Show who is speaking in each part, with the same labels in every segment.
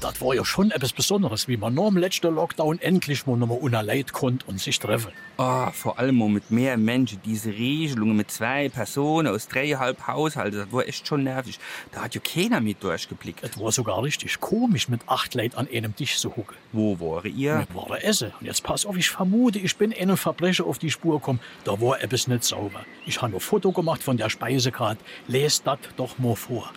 Speaker 1: Das war ja schon etwas Besonderes, wie man nach dem letzten Lockdown endlich mal nochmal unerleid konnte und sich treffen.
Speaker 2: Ah, vor allem auch mit mehr Menschen. Diese Regelungen mit zwei Personen aus dreieinhalb Haushalten, das war echt schon nervig. Da hat ja keiner mit durchgeblickt.
Speaker 1: Es war sogar richtig komisch, mit acht Leuten an einem Tisch zu hocken.
Speaker 2: Wo waren ihr?
Speaker 1: Mit wahrer Essen. Und jetzt pass auf, ich vermute, ich bin einem Verbrecher auf die Spur gekommen. Da war etwas nicht sauber. Ich habe ein Foto gemacht von der Speisekarte. Lest das doch mal vor.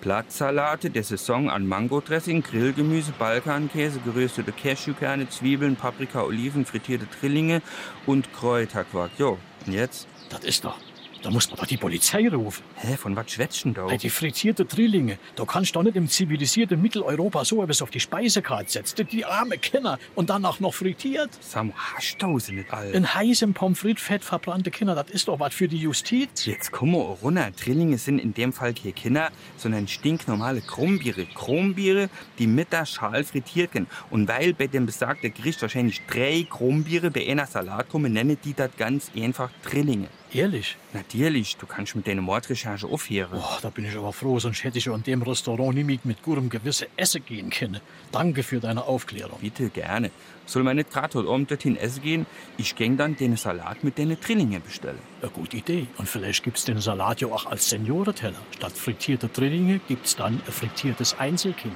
Speaker 2: Blattsalate der Saison an Mangodressing, Grillgemüse, Balkankäse, geröstete Cashewkerne, Zwiebeln, Paprika, Oliven, frittierte Trillinge und Kräuterquark. Jo, und jetzt?
Speaker 1: Das ist doch. Da muss man doch die Polizei rufen.
Speaker 2: Hä, von was schwätzt denn da?
Speaker 1: Bei die frittierte Trillinge, da kannst du doch nicht im zivilisierten Mitteleuropa so etwas auf die Speisekarte setzen. Die arme Kinder und danach noch frittiert.
Speaker 2: Sam, hast du sie nicht all?
Speaker 1: In heißem Pommes frites Fett verbrannte Kinder, das ist doch was für die Justiz.
Speaker 2: Jetzt komm mal auch runter. Trillinge sind in dem Fall keine Kinder, sondern stinknormale Krummbiere. Krummbiere, die mit der Schale frittiert gehen. Und weil bei dem besagten Gericht wahrscheinlich drei Krummbiere bei einer Salat kommen, nennen die das ganz einfach Trillinge.
Speaker 1: Ehrlich?
Speaker 2: Natürlich, du kannst mit deiner Mordrecherche aufhören.
Speaker 1: Boah, da bin ich aber froh, sonst hätte ich ja in dem Restaurant niemals mit gutem Gewissen essen gehen können. Danke für deine Aufklärung.
Speaker 2: Bitte gerne. Soll man nicht gerade heute Abend dorthin essen gehen? Ich gäng dann den Salat mit den Trillingen bestellen.
Speaker 1: Eine gute Idee. Und vielleicht gibt's den Salat ja auch als Seniorenteller. Statt frittierter Trillinge gibt's dann ein frittiertes Einzelkind.